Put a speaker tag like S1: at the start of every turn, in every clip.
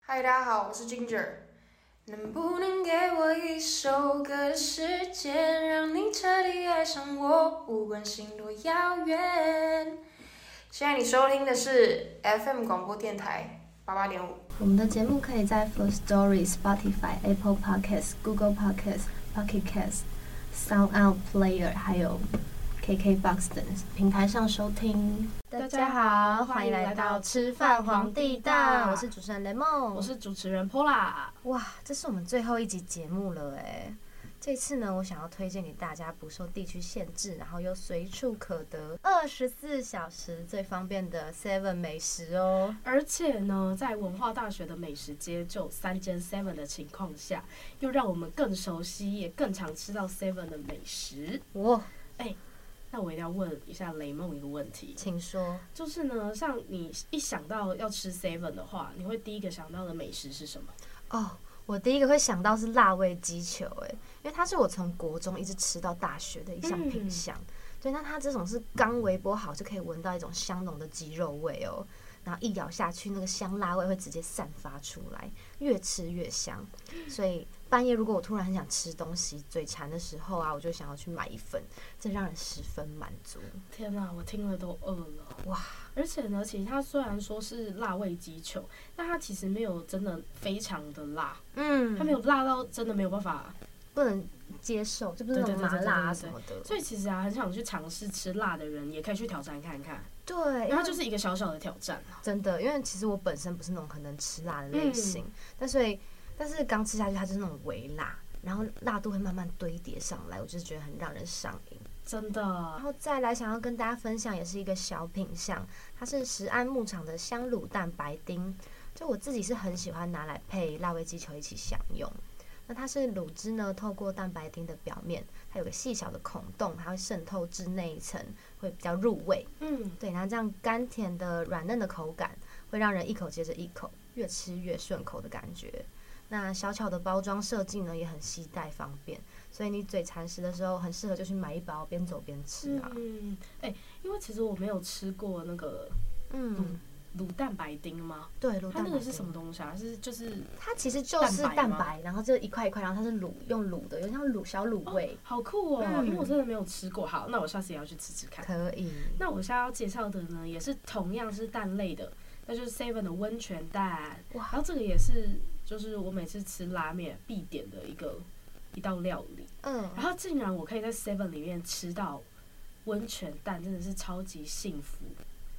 S1: 嗨，大家好，我是 Ginger。能不能给我一首歌的时间，让你彻底爱上我，无关心多遥远。现在你收听的是 FM 广播电台八八点五。
S2: 我们的节目可以在 First Story、Spotify、Apple Podcasts、Google Podcasts、Pocket Casts、Sound Out Player 还有 KKBox 等平台上收听。
S3: 大家好欢迎来到
S2: 吃
S3: 饭皇帝大
S2: 我是主持人雷梦，
S3: 我是主持人 Pola。
S2: 哇，这是我们最后一集节目了哎。这次呢，我想要推荐给大家不受地区限制，然后又随处可得、二十四小时最方便的 Seven 美食哦。
S3: 而且呢，在文化大学的美食街就有三间 Seven 的情况下，又让我们更熟悉，也更常吃到 Seven 的美食。
S2: 哇，
S3: 那我一定要问一下雷梦一个问题，
S2: 请说。
S3: 就是呢，像你一想到要吃 Seven 的话，你会第一个想到的美食是什么？
S2: 哦，我第一个会想到是辣味鸡球，哎，因为它是我从国中一直吃到大学的一项品项。
S3: 嗯
S2: 对，那它这种是刚微波好就可以闻到一种香浓的鸡肉味哦，然后一咬下去，那个香辣味会直接散发出来，越吃越香。所以半夜如果我突然很想吃东西，嘴馋的时候啊，我就想要去买一份，这让人十分满足。
S3: 天哪、我听了都饿了。
S2: 哇！
S3: 而且呢，其实它虽然说是辣味鸡球，但它其实没有真的非常的辣，
S2: 嗯
S3: 它没有辣到真的没有办法
S2: 不能接受，就不是那种麻辣啊什么的。
S3: 所以其实啊，很想去尝试吃辣的人，也可以去挑战看看。
S2: 对，
S3: 然
S2: 因
S3: 后
S2: 为
S3: 就是一个小小的挑战啊。
S2: 真的，因为其实我本身不是那种很能吃辣的类型，但所以但是刚吃下去它就是那种微辣，然后辣度会慢慢堆叠上来，我就是觉得很让人上瘾。
S3: 真
S2: 然
S3: 的，啊
S2: 后再来想要跟大家分享，也是一个小品项，它是石安牧场的香卤蛋白丁，就我自己是很喜欢拿来配辣味鸡球一起享用。那它是卤汁呢，透过蛋白丁的表面，它有个细小的孔洞，它会渗透至内层，会比较入味。
S3: 嗯，
S2: 对，然后这样甘甜的软嫩的口感，会让人一口接着一口，越吃越顺口的感觉。那小巧的包装设计呢，也很携带方便，所以你嘴馋时的时候，很适合就去买一包，边走边吃啊。
S3: 嗯，哎、因为其实我没有吃过那个
S2: 嗯，
S3: 卤蛋白丁吗？
S2: 对，卤
S3: 它
S2: 蛋
S3: 那
S2: 白
S3: 个是什
S2: 丁
S3: 么东西啊？是就是
S2: 它其实就是
S3: 蛋白
S2: 蛋
S3: 吗
S2: 白，然后就一块一块，然后它是卤用卤的，有点像卤小卤味，
S3: 好酷哦、
S2: 嗯
S3: 因为我真的没有吃过。好，那我下次也要去吃吃看。
S2: 可以。
S3: 那我现在要介绍的呢，也是同样是蛋类的，那就是 Seven 的温泉蛋。然
S2: 哇，
S3: 后这个也是，就是我每次吃拉面必点的一个一道料理。
S2: 嗯，
S3: 然后竟然我可以在 Seven 里面吃到温泉蛋，真的是超级幸福，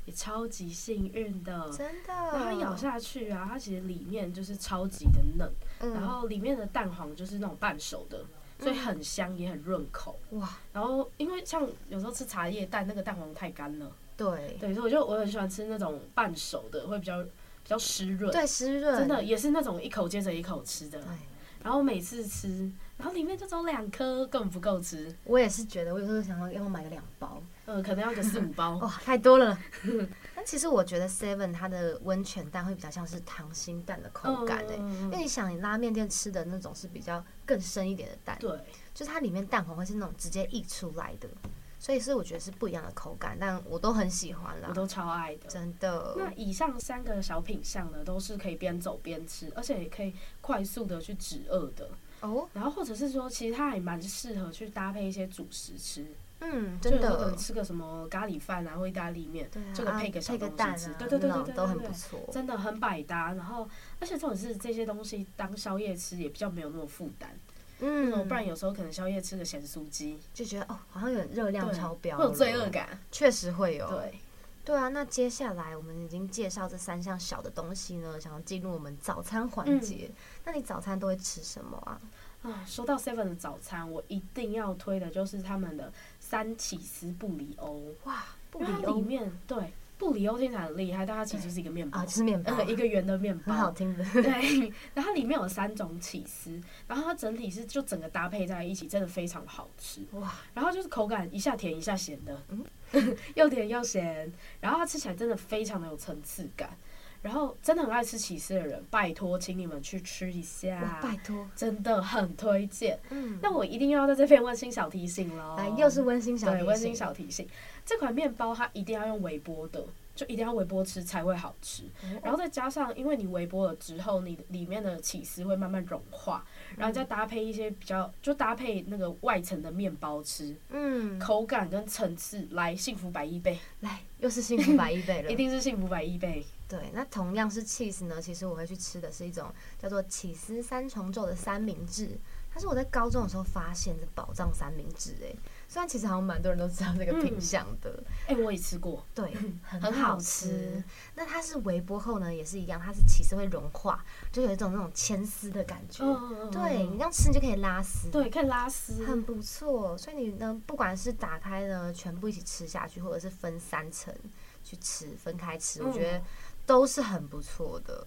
S3: 也超级幸运的。
S2: 真的。
S3: 然后它咬下去啊，它其实里面就是超级的嫩，
S2: 嗯，
S3: 然后里面的蛋黄就是那种半熟的，所以很香也很润口。
S2: 哇，
S3: 然后因为像有时候吃茶叶蛋，那个蛋黄太干了，
S2: 对
S3: 对，所以我就我很喜欢吃那种半熟的，会比较比较湿润。
S2: 对湿润，
S3: 真的也是那种一口接着一口吃的
S2: 对，。
S3: 然后每次吃，然后里面就只有两颗，根本不够吃。
S2: 我也是觉得，我有时候想说，要不要买个两包？
S3: 呃，可能要个四五包。
S2: 哇，太多了。哦 但其实我觉得 Seven 它的温泉蛋会比较像是溏心蛋的口感欸诶、因
S3: 嗯
S2: 为你想，你拉面店吃的那种是比较更深一点的蛋，
S3: 对，
S2: 就是它里面蛋黄会是那种直接溢出来的，所以是我觉得是不一样的口感，但我都很喜欢啦
S3: 我，都超爱的。
S2: 真的。
S3: 那以上三个小品项呢，都是可以边走边吃，而且也可以快速的去止饿的。
S2: 哦，
S3: 然后或者是说，其实它还蛮适合去搭配一些主食吃，
S2: 嗯，
S3: 就
S2: 真
S3: 有可
S2: 的
S3: 能，吃个什么咖喱饭啊，或意大利面，
S2: 对啊，
S3: 这个配个
S2: 个
S3: 小东
S2: 蛋
S3: 西吃，
S2: 啊，
S3: 对对对
S2: 那
S3: 对
S2: 种
S3: 对，
S2: 都
S3: 对
S2: 很
S3: 对
S2: 不错。
S3: 真的很百搭。然后，而且重点是这些东西当宵夜吃也比较没有那么负担，哦
S2: 嗯，
S3: 不然有时候可能宵夜吃个咸酥鸡，
S2: 就觉得哦，好像有点热量
S3: 对
S2: 超标，
S3: 会有罪恶，感。
S2: 确实会有。
S3: 对，
S2: 对啊，那接下来我们已经介绍这三项小的东西呢，想要进入我们早餐
S3: 嗯
S2: 环节。那你早餐都会吃什么啊？
S3: 啊，说到 Seven 的早餐，我一定要推的就是他们的三起司布里欧，
S2: 哇，布
S3: 因为
S2: 里
S3: 它里
S2: 欧
S3: 面对布里欧听起来很厉害，但它其实就是一个面包
S2: 啊，，吃面包，
S3: 呃，一个圆的面
S2: 很好
S3: 包。
S2: 听的。
S3: 对，然后它里面有三种起司，然后它整体是就整个搭配在一起，真的非常好吃。
S2: 哇，嗯
S3: 然后就是口感一下甜一下咸的，又甜又咸，然后它吃起来真的非常的有层次感。然后真的很爱吃起司的人，拜托，请你们去吃一
S2: 哇，
S3: 下，
S2: 拜托，
S3: 真的很推荐。
S2: 嗯，
S3: 那我一定要在这边温馨小提醒喽
S2: 啊来，又是温馨小
S3: 对温馨
S2: 小
S3: 小提醒，这款面包它一定要用微波的，就一定要微波吃才会好吃。然后再加上，因为你微波了之后，你里面的起司会慢慢融化，然后再搭配一些比较，就搭配那个外层的面包吃，
S2: 嗯，
S3: 口感跟层次来幸福百亿倍，
S2: 来又是幸福百亿倍了
S3: 一。定是幸福百亿倍。
S2: 对，那同样是 cheese 呢，其实我会去吃的是一种叫做起司三重奏的三明治，它是我在高中的时候发现的宝藏三明治、欸，虽然其实好像蛮多人都知道这个品
S3: 嗯
S2: 相的，
S3: 哎、我也吃过，
S2: 对，很
S3: 很
S2: 好
S3: 好吃。
S2: 那它是微波后呢，也是一样，它是起司会融化，就有一种那种牵丝的感觉。
S3: 嗯，
S2: 对，你这样吃你就可以拉丝。
S3: 对，可以拉丝，
S2: 很不错，所以你呢，不管是打开呢，全部一起吃下去，或者是分三层去吃，分开吃，我
S3: 嗯
S2: 觉得都是很不错的。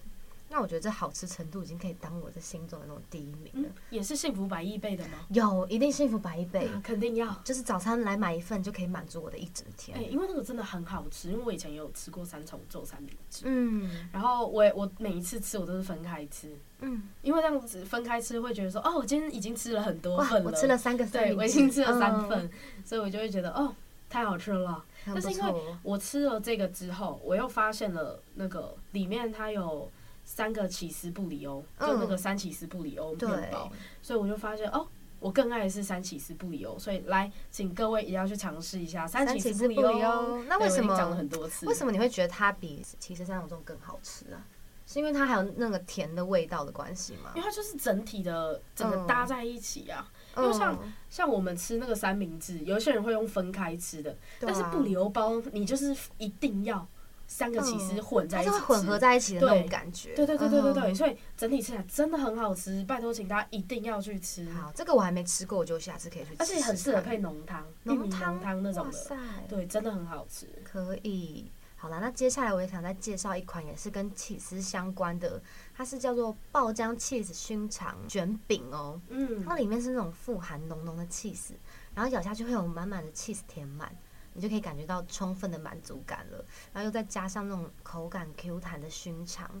S2: 那我觉得这好吃程度已经可以当我的心中的那种第一名了
S3: 嗯，，也是幸福百亿倍的吗？
S2: 有一定幸福百倍，
S3: 啊肯定要。
S2: 就是早餐来买一份就可以满足我的一整
S3: 哎、
S2: 天。
S3: 因为那个真的很好吃，因为我以前也有吃过三重奏三明治，
S2: 嗯
S3: 然后我也我每一次吃我都是分开吃，
S2: 嗯，
S3: 因为这样子分开吃会觉得说，哦，我今天已经吃了很多
S2: 哇，
S3: 份
S2: 我吃了三个三明
S3: 对
S2: 治，
S3: 我已经吃了三份，
S2: 嗯，
S3: 所以我就会觉得，哦，太好吃了。
S2: 很
S3: 但
S2: 不
S3: 是因为
S2: 错。
S3: 我吃了这个之后，我又发现了那个里面它有三个起司布里欧，就那个
S2: 嗯
S3: 三起司布里欧
S2: 对
S3: 面包，所以我就发现哦。我更爱的是三起司布里欧，所以来，请各位也要去尝试一下三
S2: 三
S3: 起
S2: 起
S3: 司
S2: 司
S3: 布
S2: 布
S3: 里
S2: 里
S3: 欧
S2: 欧。那为什么
S3: 讲了很多次？
S2: 为什么你会觉得它比其实三种粽更好吃啊？是因为它还有那个甜的味道的关系吗
S3: 因为？它就是整体的整个
S2: 嗯
S3: 搭在一起啊。因为像
S2: 嗯
S3: 像我们吃那个三明治，有一些人会用分开吃的，
S2: 对
S3: 但是
S2: 啊
S3: 布里欧包你就是一定要三个起司
S2: 嗯
S3: 混在
S2: 它
S3: 一起
S2: 是
S3: 吃，
S2: 会混合在一起的那
S3: 对
S2: 种感觉。
S3: 对对对对对对，
S2: 嗯
S3: 所以整体吃起来真的很好吃，拜托请大家一定要去吃，
S2: 嗯好，这个我还没吃过，我就下次可以去吃吃看。
S3: 而且很适合配浓汤、玉米
S2: 浓
S3: 浓
S2: 汤
S3: 汤那种
S2: 哇
S3: 的，
S2: 塞，
S3: 对，真的很好吃。
S2: 可以。好啦，那接下来我也想再介绍一款也是跟起司相关的，它是叫做爆浆 cheese 熏肠卷饼哦。
S3: 嗯，
S2: 它里面是那种富含浓浓的 cheese，然后咬下去会有满满的 cheese 填满，你就可以感觉到充分的满足感了。然后又再加上那种口感 Q 弹的熏肠，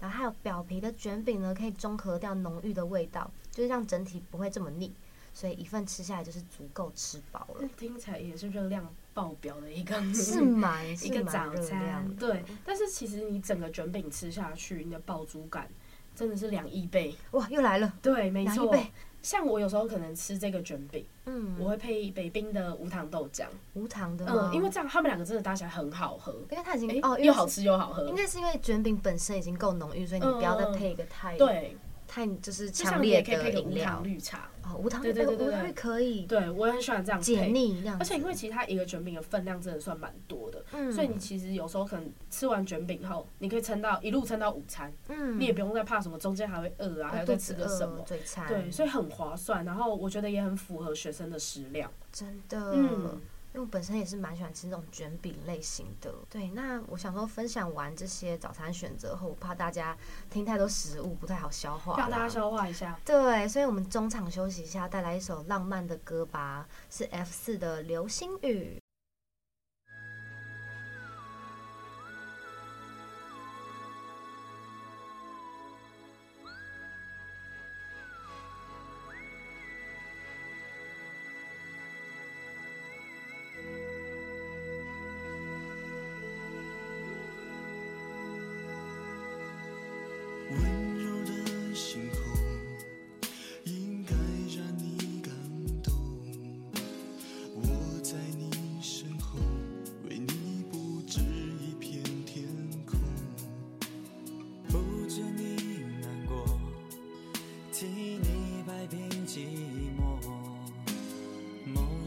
S2: 然后还有表皮的卷饼呢，可以中和掉浓郁的味道，就是让整体不会这么腻。所以一份吃下来就是足够吃饱了
S3: 那，听起来也是热量爆表 的一个
S2: 是蛮
S3: 一
S2: 是
S3: 个
S2: 蛮
S3: 早
S2: 热
S3: 餐
S2: 量，的。
S3: 对。但是其实你整个卷饼吃下去，你的饱足感真的是两亿倍，
S2: 哇，又来了，
S3: 对，没
S2: 两一
S3: 错。
S2: 倍，
S3: 像我有时候可能吃这个卷饼，我
S2: 嗯，
S3: 会配北冰的无糖豆浆，
S2: 无糖的吗？
S3: 嗯，因为这样他们两个真的搭起来很好喝，
S2: 因为它已经、
S3: 哎、
S2: 哦，因为
S3: 又好吃又好喝
S2: 应，该是因为卷饼本身已经够浓郁，所以你不要再
S3: 嗯嗯嗯
S2: 配一个太
S3: 对，
S2: 太就是
S3: 就像
S2: 强
S3: 你
S2: 烈
S3: 也可以
S2: 的
S3: 配个
S2: 饮
S3: 无
S2: 料
S3: 糖绿茶，
S2: 哦，无糖
S3: 对对对对
S2: 无
S3: 对
S2: 糖绿可以
S3: 对我也很喜欢这样
S2: 解
S3: 配。
S2: 腻这样子，
S3: 而且因为其实它一个卷饼的分量真的算蛮多的，
S2: 嗯
S3: 所以你其实有时候可能吃完卷饼后，你可以撑到一路撑到午餐，
S2: 嗯哦
S3: 你也不用再怕什么中间还会饿啊，还要再吃个什么，
S2: 嘴馋，
S3: 对，所以很划算。然后我觉得也很符合学生的食量，
S2: 真的，
S3: 嗯，
S2: 因为我本身也是蛮喜欢吃那种卷饼类型的。对，那我想说分享完这些早餐选择后，我怕大家听太多食物不太好消化，
S3: 让大家。消化一下。
S2: 对，所以我们中场休息一下，带来一首浪漫的歌吧，是 F 四的《流星雨》。
S4: 温柔的星空，应该让你感动。我在你身后，为你布置一片天空，不知你难过，替你摆平寂寞。梦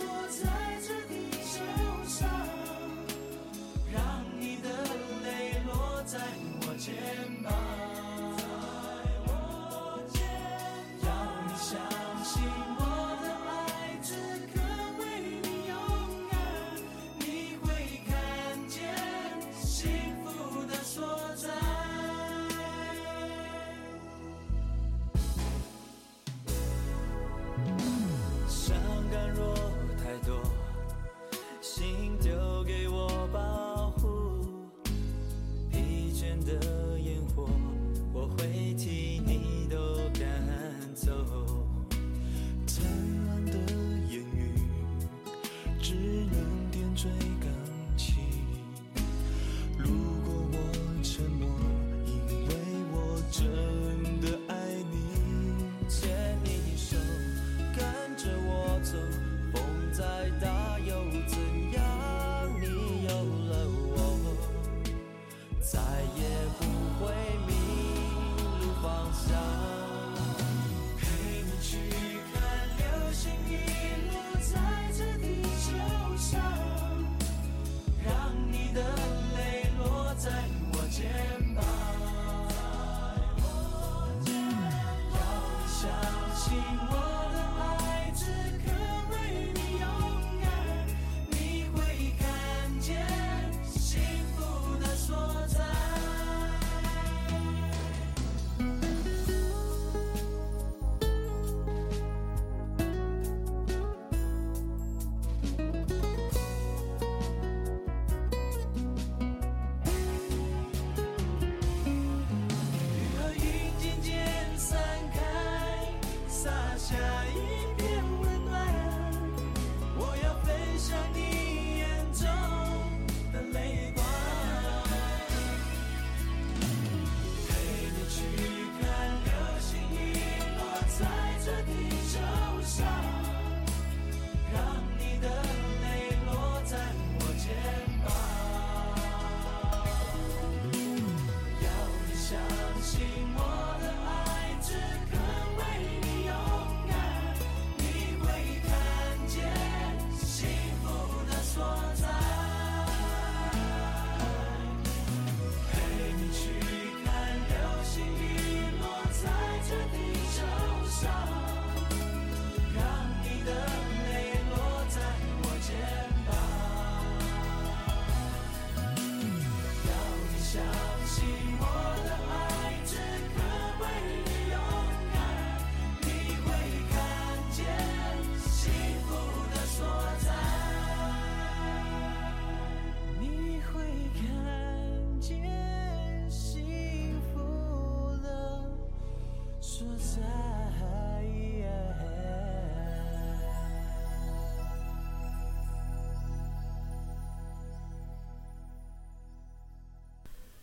S4: 落在这地球上。让你的泪落在我肩膀，让你相信我的爱此刻为你勇敢，你会看见幸福的所在。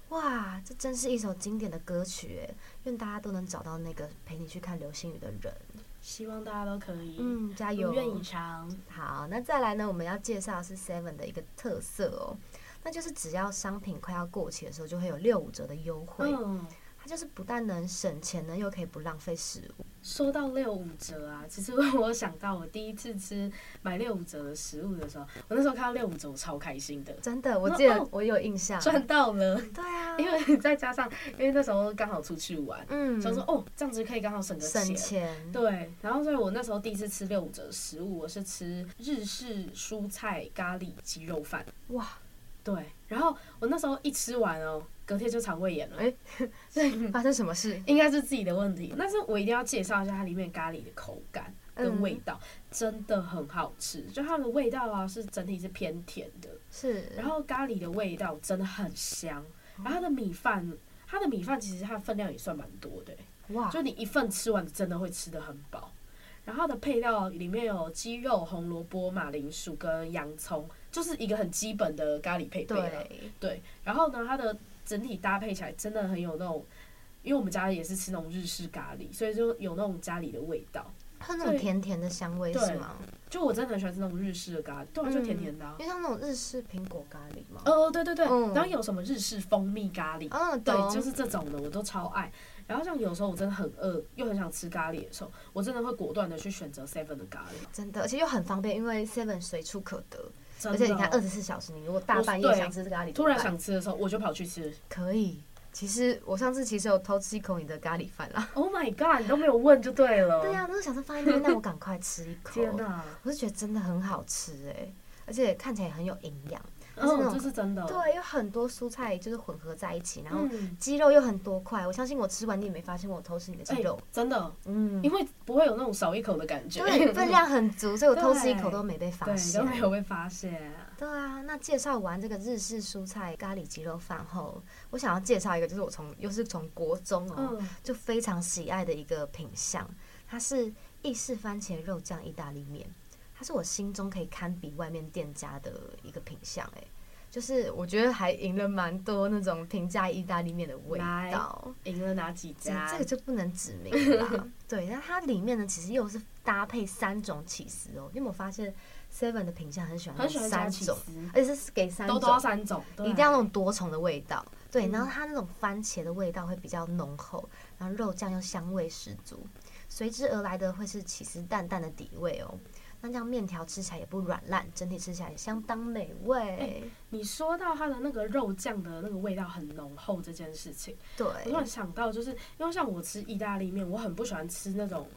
S2: 哇，这真是一首经典的歌曲哎！愿大家都能找到那个陪你去看流星雨的人。
S3: 希望大家都可以，
S2: 嗯，加油！
S3: 如愿以偿。
S2: 好，那再来呢？我们要介绍的是 Seven 的一个特色哦，那就是只要商品快要过期的时候，就会有六五折的优惠。
S3: 嗯，
S2: 它就是不但能省钱呢，又可以不浪费食物。
S3: 说到六五折啊，其实我想到我第一次吃买六五折的食物的时候，我那时候看到六五折，我超开心的，
S2: 真的，我
S3: 那
S2: 记得
S3: 哦
S2: 我有印象。
S3: 赚到了。
S2: 对啊，
S3: 因为再加上，因为那时候刚好出去玩，
S2: 嗯，
S3: 想说哦，这样子可以刚好省个
S2: 省钱，
S3: 对，然后所以我那时候第一次吃六五折的食物，我是吃日式蔬菜咖喱鸡肉饭。
S2: 哇，
S3: 对，然后我那时候一吃完哦，隔天就肠胃炎了。
S2: 哎
S3: 对，
S2: 发生什么事？
S3: 应该是自己的问题。但是我一定要介绍一下它里面咖喱的口感跟
S2: 嗯
S3: 味道，真的很好吃。就它的味道啊，是整体是偏甜的，
S2: 是，
S3: 然后咖喱的味道真的很香。然后它的米饭，它的米饭其实它的分量也算蛮多的欸、
S2: 哇，
S3: 就你一份吃完，真的会吃的很饱。然后它的配料里面有鸡肉、红萝卜、马铃薯跟洋葱，就是一个很基本的咖喱配备了。
S2: 对，
S3: 对，然后呢，它的整体搭配起来真的很有那种，因为我们家也是吃那种日式咖喱，所以就有那种家里的味道。
S2: 它那种
S3: 对
S2: 甜甜的香味
S3: 对
S2: 是吗？
S3: 就我真的很喜欢吃那种日式的咖喱，对啊，就甜甜的、啊
S2: 因。为像那种日式苹果咖喱嘛。
S3: 哦、对对对，
S2: 嗯
S3: 然后有什么日式蜂蜜咖喱，
S2: 嗯，
S3: 对，
S2: 懂
S3: 就是这种的我都超爱。然后像有时候我真的很饿，又很想吃咖喱的时候，我真的会果断的去选择 Seven 的咖喱。
S2: 真的，而且又很方便，因为 Seven 随处可得，
S3: 真
S2: 而
S3: 的，
S2: 且你看二十四小时，你如果大
S3: 我
S2: 半夜
S3: 对
S2: 想吃咖喱，
S3: 突然想吃的时候，我就跑去吃。
S2: 可以。其实我上次其实有偷吃一口你的咖喱饭啦。
S3: Oh my god！你都没有问就对了。
S2: 对呀、，啊那时候想说放在那边，那我赶快吃一口。
S3: 嗯天哪、
S2: 我是觉得真的很好吃哎、而且看起来也很有营养。它是那
S3: 嗯，
S2: 种
S3: 这是真的。
S2: 对，有很多蔬菜就是混合在一起，然后
S3: 嗯，
S2: 鸡肉又很多块。我相信我吃完你也没发现我偷吃你的
S3: 哎
S2: 鸡肉，
S3: 真的，
S2: 嗯，
S3: 因为不会有那种少一口的感觉，
S2: 对，分 量很足，所以我偷吃一口
S3: 对
S2: 都没被发
S3: 对
S2: 现
S3: 都。没有被发现。
S2: 对啊，那介绍完这个日式蔬菜咖喱鸡肉饭后，我想要介绍一个，就是我从又是从国中哦、
S3: 嗯，
S2: 就非常喜爱的一个品相，它是意式番茄肉酱意大利面，它是我心中可以堪比外面店家的一个品相，哎，就是我觉得还赢了蛮多那种平价意大利面的味
S3: 来
S2: 道。
S3: 赢了哪几
S2: 这
S3: 家？
S2: 这个就不能指明了 啦。对，那它里面呢，其实又是搭配三种起司哦。你有没有发现 Seven 的品相很喜欢
S3: 很喜欢加
S2: 三
S3: 起
S2: 种
S3: 司，，
S2: 而且是给三
S3: 都
S2: 种，
S3: 都要三种，对
S2: 一定要那种多重的味道。对，
S3: 嗯
S2: 然后它那种番茄的味道会比较浓厚，然后肉酱又香味十足，随之而来的会是起司淡淡的底味哦。那这样面条吃起来也不软烂，整体吃起来也相当美味。
S3: 你说到它的那个肉酱的那个味道很浓厚这件事情，我突
S2: 对
S3: 然，想到，就是因为像我吃意大利面，我很不喜欢吃那种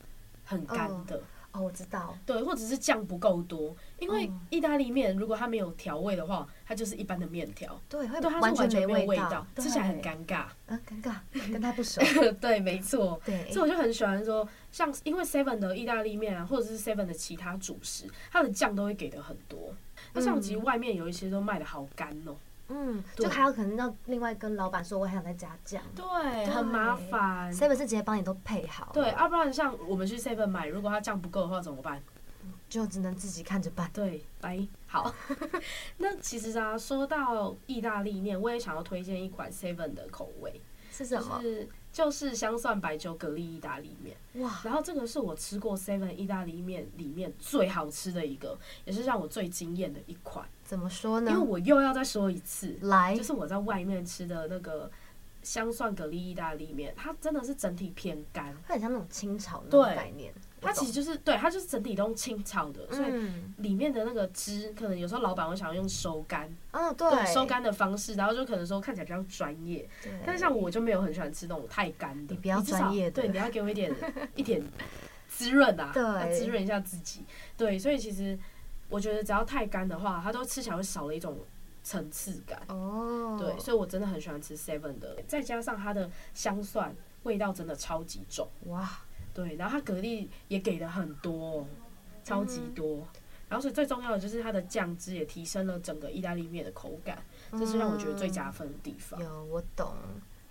S3: 很干的，
S2: 哦，我知道，
S3: 对，或者是酱不够多，因为
S2: 嗯
S3: 意大利面如果它没有调味的话，它就是一般的面条，
S2: 对，会
S3: 对，它是
S2: 完
S3: 完
S2: 全
S3: 全没有
S2: 味
S3: 道，吃起来很
S2: 对
S3: 尴尬。
S2: 嗯，尴尬，跟他不熟。
S3: 对，没错。
S2: 对，
S3: 所以我就很喜欢说，像因为 Seven 的意大利面啊，或者是 Seven 的其他主食，它的酱都会给的很多。那像其实外面有一些都卖的好干哦、
S2: 嗯，
S3: 对
S2: 就还有可能要另外跟老板说，我还想再加酱。
S3: 对
S2: 对
S3: 很麻烦。
S2: seven 是直接帮你都配好了，
S3: 对，要、啊、不然像我们去 Seven 买，如果它酱不够的话怎么办？
S2: 就只能自己看着办。
S3: 对，来好。 那其实啊，说到意大利面，我也想要推荐一款 Seven 的口味，
S2: 是
S3: 就
S2: 什么？
S3: 是就是香蒜白酒蛤蜊意大利面。
S2: 哇，
S3: 然后这个是我吃过 Seven 意大利面里面最好吃的一个，也是让我最惊艳的一款。
S2: 怎么说
S3: 因
S2: 呢
S3: 为？我又要再说一次，
S2: 来
S3: 就，是我在外面吃的那个香蒜蛤蜊意大利面，它真的是整体偏干，
S2: 它很像那种清炒的那种
S3: 对
S2: 概念。
S3: 它其实就是对，它就是整体都用清炒的，
S2: 我
S3: 所
S2: 懂
S3: 以。
S2: 嗯，
S3: 里面的那个汁，可能有时候老板会想要用收干，
S2: 哦，
S3: 对，
S2: 对，
S3: 收，干的方式，然后就可能说看起来比较专业，但是像我就没有很喜欢吃那种太干的，
S2: 你不要
S3: 至少
S2: 专业的
S3: 对，你要给我一点一点滋润啊，
S2: 对
S3: 要滋润一下自己。对，所以其实我觉得只要太干的话，它都吃起来会少了一种层次感。
S2: 哦，
S3: 对，所以我真的很喜欢吃 Seven 的，再加上它的香蒜味道真的超级重，
S2: 哇，
S3: 对，然后它蛤蜊也给的很多，超级
S2: 嗯
S3: 多。然后，所以最重要的就是它的酱汁也提升了整个意大利面的口感，这是让
S2: 嗯
S3: 我觉得最加分的地方。
S2: 有我懂。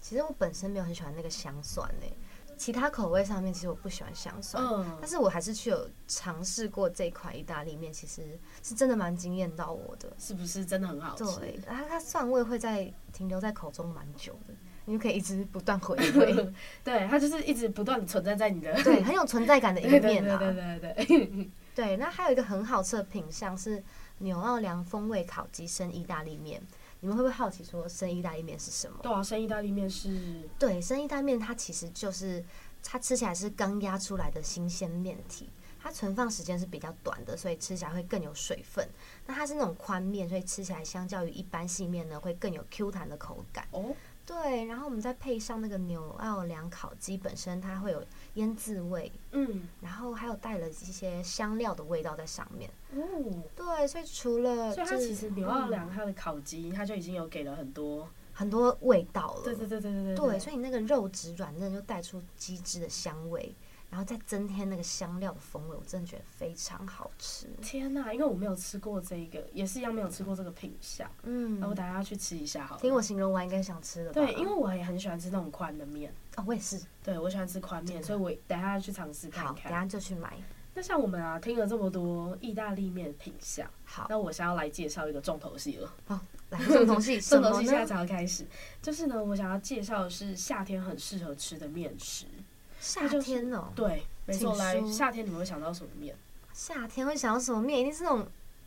S2: 其实我本身没有很喜欢那个香蒜诶、欸其他口味上面，其实我不喜欢香蒜，
S3: 嗯
S2: 但，是我还是去有尝试过这款意大利面，其实是真的蛮惊艳到我的。
S3: 是不是真的很好吃？
S2: 对，它它蒜味会在停留在口中蛮久的，你就可以一直不断回味，
S3: 对，它就是一直不断的存在在你的
S2: 对，很有存在感的一
S3: 对对对
S2: 面啊。
S3: 对对对，
S2: 对，那还有一个很好吃的品相是纽奥良风味烤鸡生意大利面。你们会不会好奇说生意大利面是什么？
S3: 对啊，生意大利面是
S2: 对，生意大利面它其实就是它吃起来是刚压出来的新鲜面体，它存放时间是比较短的，所以吃起来会更有水分。那它是那种宽面，所以吃起来相较于一般细面呢，会更有 Q 弹的口感。
S3: 哦，
S2: 对，然后我们再配上那个纽奥良烤鸡本身，它会有腌制味，
S3: 嗯，
S2: 然后还有带了一些香料的味道在上面。
S3: 哦，
S2: 对，所以除了
S3: 所以它
S2: 这
S3: 其实牛奥良它的烤鸡，它就已经有给了很多，
S2: 很多味道了，
S3: 对对对对对
S2: 呃对
S3: 对，
S2: 所以你那个肉质软嫩又带出鸡汁的香味，然后再增添那个香料的风味，我真的觉得非常好吃。
S3: 天呐，因为我没有吃过这个，也是一样没有吃过这个品相，
S2: 嗯
S3: 那、，我等下要去吃一下好了。
S2: 听我形容完应该想吃的吧？
S3: 对，因为我也很喜欢吃那种宽的面，
S2: 哦，我也是，
S3: 对我喜欢吃宽面，所以我等一下去尝试
S2: 好，
S3: 看
S2: 等一
S3: 看。
S2: 下就去买。
S3: 那像我们啊，听了这么多意大利面品相，
S2: 好，
S3: 那我想要来介绍一个重头戏了。
S2: 来这种东 西，什
S3: 重
S2: 么
S3: 头戏现在才
S2: 呢？
S3: 要开始，就是呢，我想要介绍的是夏天很适合吃的面食。
S2: 夏
S3: 就是
S2: 天哦，
S3: 对，没错，
S2: 请
S3: 来
S2: 说
S3: 夏天你们会想到什么面？
S2: 夏天会想到什么面？一定是那种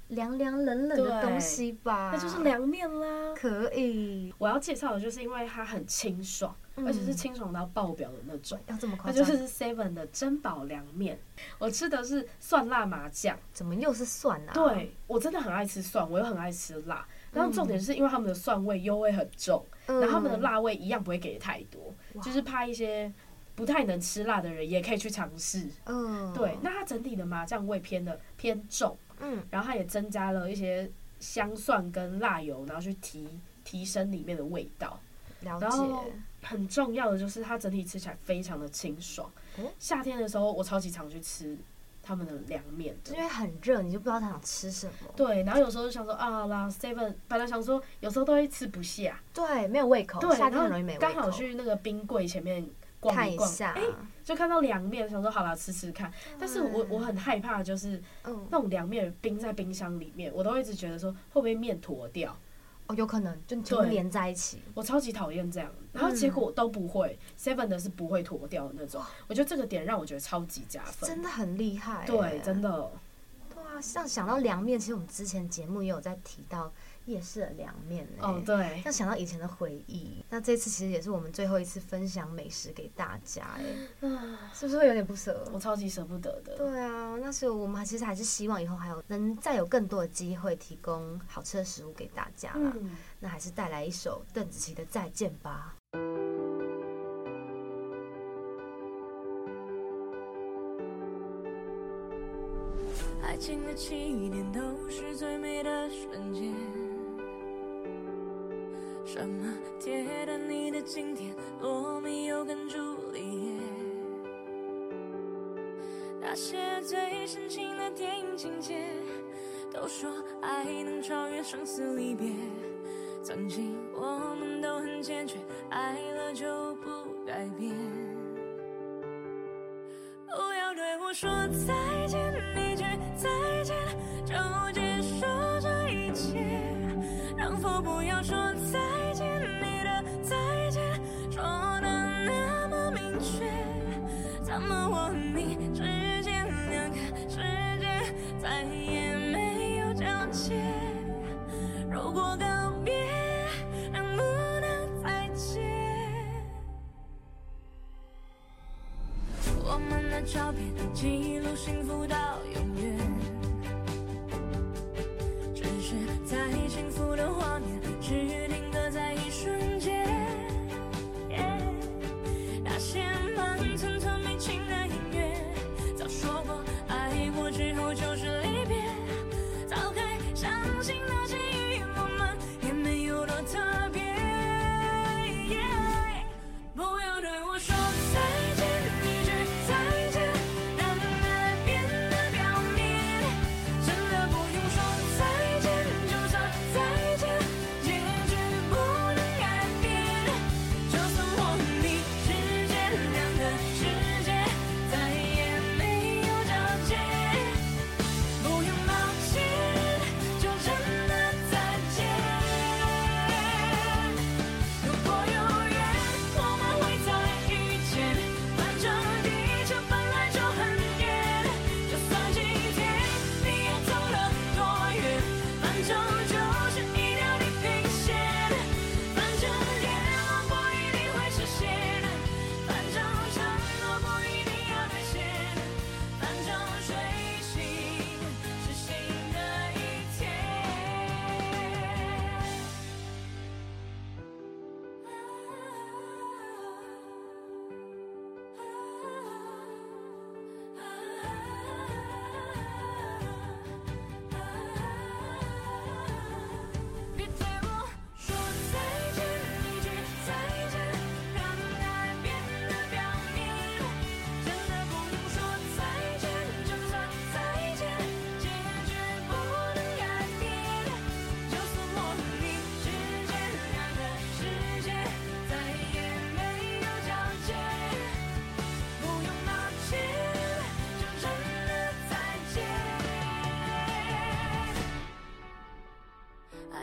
S2: 凉凉冷冷的东西吧？
S3: 那就是，凉面啦。
S2: 可以，
S3: 啊我要介绍的就是因为它很清爽，而且是
S2: 嗯
S3: 清爽到爆表的那种。
S2: 要这么夸
S3: 那
S2: 张？
S3: 就是 Seven 的珍宝凉面，我吃的是蒜辣麻酱。
S2: 怎么又是蒜啊？，嗯
S3: 对我真的很爱吃蒜，我又很爱吃辣。然后重点是因为他们的蒜味又会很重，然后他们的辣味一样不会给太多，
S2: 哇
S3: 就是怕一些不太能吃辣的人也可以去尝试。
S2: 嗯，嗯，
S3: 对，那它整体的麻酱味偏的偏重，
S2: 嗯，
S3: 然后它也增加了一些香蒜跟辣油，然后去提提升里面的味道。
S2: 了
S3: 然后
S2: 解。
S3: 很重要的就是它整体吃起来非常的清爽。
S2: 哦
S3: 夏天的时候，我超级常去吃他们的凉面的
S2: 因。为很热，你就不知道他想吃什么。
S3: 对，然后有时候就想说啊啦，seven，本来想说有时候都会吃不下，
S2: 对，没有胃口，
S3: 对，
S2: 哦夏
S3: 然
S2: 天
S3: 后
S2: 很容易没胃
S3: 刚
S2: 口
S3: 好。去那个冰柜前面逛
S2: 看
S3: 一
S2: 一
S3: 逛，
S2: 下，
S3: 就看到凉面，想说好啦，吃吃看。但是我我很害怕，就是
S2: 嗯，
S3: 那种凉面冰在冰箱里面，我都一直觉得说会不会面坨掉，
S2: 哦，有可能就全部
S3: 对
S2: 连在一起，
S3: 我超级讨厌这样。然后结果都不会，seven 的是不会坨掉的那种，我觉得这个点让我觉得超级加分
S2: 真。的很厉害。
S3: 对，真
S2: 的。
S3: 的，
S2: 对啊，像想到凉面，其实我们之前节目也有在提到夜市的凉面呢。
S3: 哦，对，
S2: 像想到以前的回忆，那这次其实也是我们最后一次分享美食给大家，哎，是不是会有点不舍？
S3: 我超级舍不得的。
S2: 对啊，那所以我们其实还是希望以后还有能再有更多的机会提供好吃的食物给大家啦。
S3: 嗯，
S2: 那还是带来一首邓紫棋的《再见》吧。
S5: 爱情的起点都是最美的瞬间。什么铁达尼的经典，罗密欧跟朱丽叶，那些最深情的电影情节，都说爱能超越生死离别。曾经我们都很坚决，爱了就不改变。不要对我说再见，一句再见就结束这一切。能否不要说再见，你的再见说的那么明确？怎么我和你之间两个世界再也没有交界？如果告别，能不能再见？我们的照片记录幸福到永远。只是在幸福的画面，只定格在一瞬间。那些慢吞吞没情的音乐，早说过爱过之后就是离别。早该相信那些语言，我们也没有多特别。不要对我说再见，一句再见，让爱变得表面。真的不用说再见，就算再见，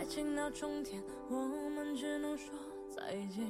S5: 进到终点，我们只能说再见。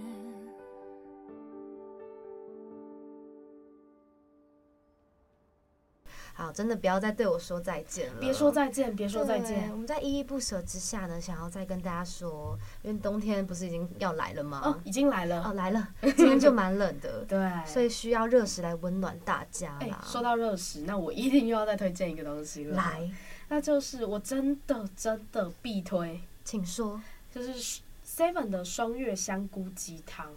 S2: 好，真的不要再对我说再见了，
S3: 别说再见，别说再
S2: 对
S3: 见
S2: 我。们在依依不舍之下呢，想要再跟大家说，因为冬天不是已经要来了吗？
S3: 哦，已经来了。，
S2: 哦，来了，今天就蛮冷的
S3: 对，
S2: 所以需要热食来温暖大家
S3: 哎、
S2: 啦。
S3: 说到热食，那我一定又要再推荐一个东西了。，
S2: 来，
S3: 那就是我真的真的必推，
S2: 请说。
S3: 就是 Seven 的双月香菇鸡汤。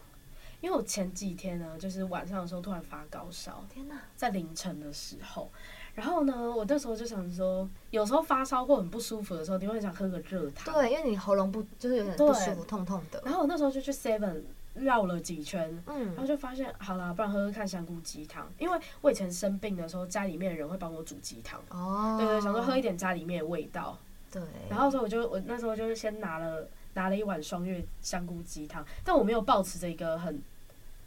S3: 因为我前几天呢，就是晚上的时候突然发高烧，
S2: 天哪，
S3: 在凌晨的时候，然后呢，我那时候就想说，有时候发烧或很不舒服的时候，你会很想喝个热汤。。
S2: 对，因为你喉咙不就是有点不
S3: 对
S2: 舒服，痛痛的。
S3: 然后我那时候就去 Seven 绕了几圈，然后
S2: 嗯，
S3: 就发现，好啦，不然喝喝看香菇鸡汤，因为我以前生病的时候，家里面的人会帮我煮鸡汤，
S2: 哦，
S3: 对对，想说喝一点家里面的味道。
S2: 对，
S3: 然后所以我就我那时候就是先拿了拿了一碗双月香菇鸡汤，但我没有抱持着一个很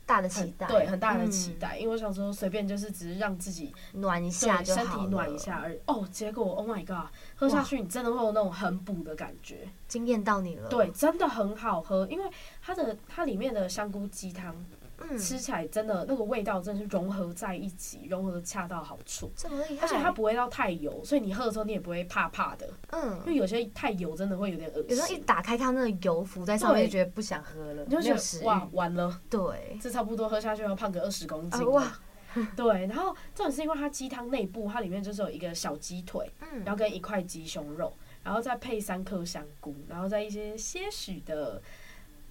S2: 大的
S3: 很
S2: 期待，
S3: 对很大的
S2: 嗯
S3: 期，待，因为我想说随便就是只是让自己
S2: 暖一下
S3: 对
S2: 就好
S3: 身体暖一下
S2: 了，
S3: 而已。哦，结果 Oh my god，喝下去你真的会有那种很补的感觉，
S2: 惊艳到你了。
S3: 对，，真的很好喝，因为它的它里面的香菇鸡汤
S2: 嗯，
S3: 吃起来真的那个味道真的是融合在一起，融合的恰到好处。
S2: 这么厉害，
S3: 而且它不会到太油，所以你喝的时候你也不会怕怕的，因
S2: 嗯，
S3: 为有些太油真的会有点恶心。
S2: 有时候一打开看到那个油浮在上面，
S3: 对
S2: 就觉得不想喝了，
S3: 你就
S2: 没有
S3: 觉
S2: 食
S3: 得哇
S2: 欲。，
S3: 完了，
S2: 对，
S3: 这差不多喝下去要胖个二十公斤、
S2: 啊哇，
S3: 对，然后这种是因为它鸡汤内部它里面就是有一个小鸡腿，然
S2: 嗯，
S3: 后跟一块鸡胸肉，然后再配三颗香菇，然后再一些些许的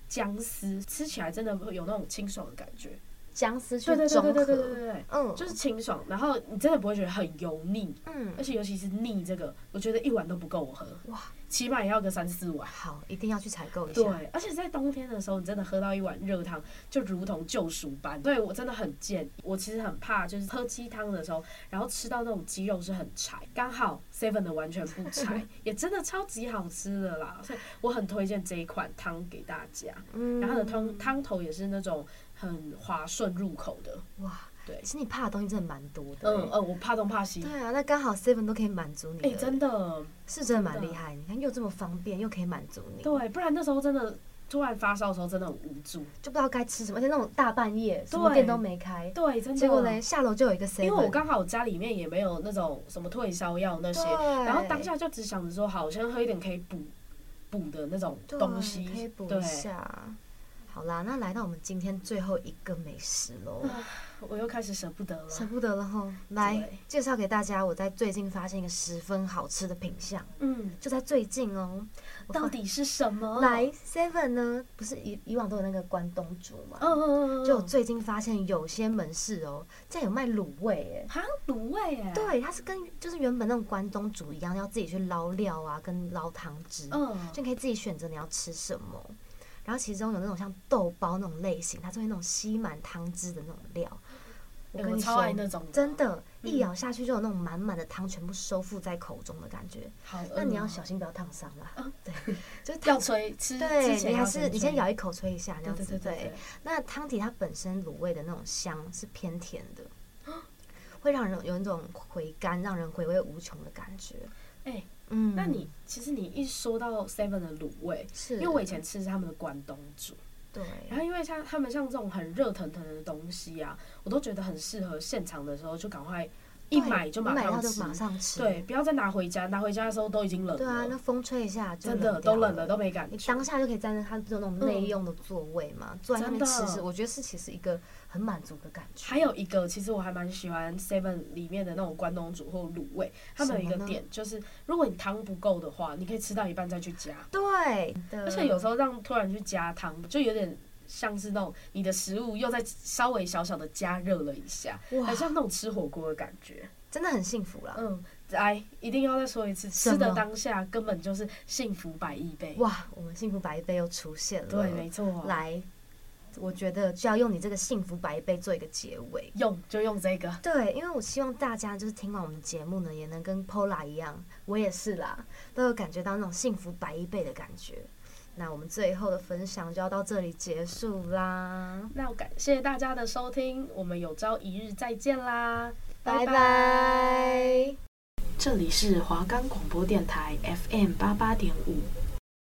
S3: 姜丝，吃起来真的会有那种清爽的感觉。
S2: 姜丝去
S3: 对对对对
S2: 中
S3: 对对对
S2: 和，
S3: 对对，
S2: 嗯，
S3: 就是清爽，然后你真的不会觉得很油腻，
S2: 嗯
S3: 而，且尤其是腻这个，我觉得一碗都不够我喝，
S2: 哇，
S3: 起码也要个三四碗。
S2: 好，一定要去采购一
S3: 对
S2: 下。，
S3: 而且在冬天的时候，你真的喝到一碗热汤，就如同救赎般。对我真的很建议，我其实很怕，就是喝鸡汤的时候，然后吃到那种鸡肉是很柴，刚好 Seven 的完全不 柴，也真的超级好吃的啦。所以我很推荐这一款汤给大家。
S2: 嗯
S3: 然后它的汤汤头也是那种很滑顺入口的。
S2: 哇，
S3: 对
S2: 其实你怕的东西真的蛮多的。
S3: 嗯嗯，我怕东怕西。
S2: 对啊，那刚好 Seven 都可以满足你
S3: 哎、
S2: 了，
S3: 真的，
S2: 是真的蛮
S3: 真的
S2: 厉害。你看又这么方便，又可以满足你，
S3: 啊对，不然那时候真的突然发烧的时候真的很无助。
S2: 就不知道该吃什么，而且那种大半夜什么店都没开，
S3: 对，真的。
S2: 结果嘞下楼就有一个 Seven，
S3: 因为我刚好家里面也没有那种什么退烧药那些，
S2: 对
S3: 然后当下就只想着说，好，我先喝一点可以补补的那种
S2: 对
S3: 东西，
S2: 可以补
S3: 对
S2: 一，下。好啦，那来到我们今天最后一个美食喽，
S3: 嗯我又开始舍不得了。
S2: 舍不得了吼，来
S3: 对
S2: 介绍给大家，我在最近发现一个十分好吃的品相，
S3: 嗯，
S2: 就在最近哦。我发
S3: 到底是什么？
S2: 来 Seven 呢，不是以以往都有那个关东煮嘛？
S3: 嗯，嗯嗯嗯，
S2: 就我最近发现有些门市哦，竟然有卖卤味
S3: 哈卤味哎，
S2: 哎，，对，它是跟就是原本那种关东煮一样，要自己去捞料啊，跟捞汤汁，
S3: 嗯，
S2: 就你可以自己选择你要吃什么。然后其中有那种像豆包那种类型，它是会那种吸满汤汁的那种料。我
S3: 哎
S2: 跟
S3: 我
S2: 你
S3: 超
S2: 说，
S3: 爱那种，嗯
S2: 真，的，一咬下去就有那种满满的汤全部收复在口中的感觉。
S3: 好饿哦，
S2: 那你要小心不要烫伤啦。对， 就是
S3: 嗯要
S2: 烫。
S3: 吹吃，之
S2: 对
S3: 前
S2: 你还
S3: 要
S2: 是你
S3: 吹
S2: 先咬一口吹一下，这
S3: 对
S2: 样
S3: 对
S2: 子
S3: 对对对，
S2: 那汤底它本身卤味的那种香是偏甜的，会让人有一种回甘、让人回味无穷的感觉。
S3: 哎
S2: 嗯
S3: 那你其实你一说到 Seven 的卤味，
S2: 是
S3: 因为我以前吃是他们的关东煮。
S2: 对，
S3: 然后因为像他们像这种很热腾腾的东西啊，我都觉得很适合现场的时候就赶快一
S2: 对
S3: 买就
S2: 哦你
S3: 马
S2: 买到
S3: 上
S2: 就
S3: 吃，
S2: 马上吃，
S3: 对，不要再拿回家，拿回家的时候都已经冷了，
S2: 对啊，那风吹一下就
S3: 真的
S2: 掉
S3: 都冷了，都没感
S2: 你
S3: 觉。
S2: 当下就可以站在它这种内用的座位嘛，坐在那边
S3: 嗯真的
S2: 吃是，我觉得是其实一个很满足的感觉。
S3: 还有一个，其实我还蛮喜欢 Seven 里面的那种关东煮或卤味，他们有一
S2: 什
S3: 个
S2: 么呢
S3: 点就是，如果你汤不够的话，你可以吃到一半再去加，
S2: 对，而
S3: 而且有时候让突然去加汤，就有点像是那种你的食物又再稍微小小的加热了一下，
S2: 哇
S3: 很，像那种吃火锅的感觉。
S2: 真的很幸福啦。
S3: 嗯，来，一定要再说一次，
S2: 什
S3: 吃的
S2: 么
S3: 当下根本就是幸福百亿倍。
S2: 哇，我们幸福白杯又出现了，
S3: 对，没错，，
S2: 来，我觉得就要用你这个幸福白杯做一个结尾。
S3: 用就用这个，
S2: 对，因为我希望大家就是听完我们节目呢，也能跟 Pola 一样，我也是啦，都有感觉到那种幸福百一倍的感觉。那我们最后的分享就要到这里结束啦，
S3: 那我感谢大家的收听，我们有朝一日再见啦，
S2: 拜拜
S3: 这里是华冈广播电台 FM 八八点五，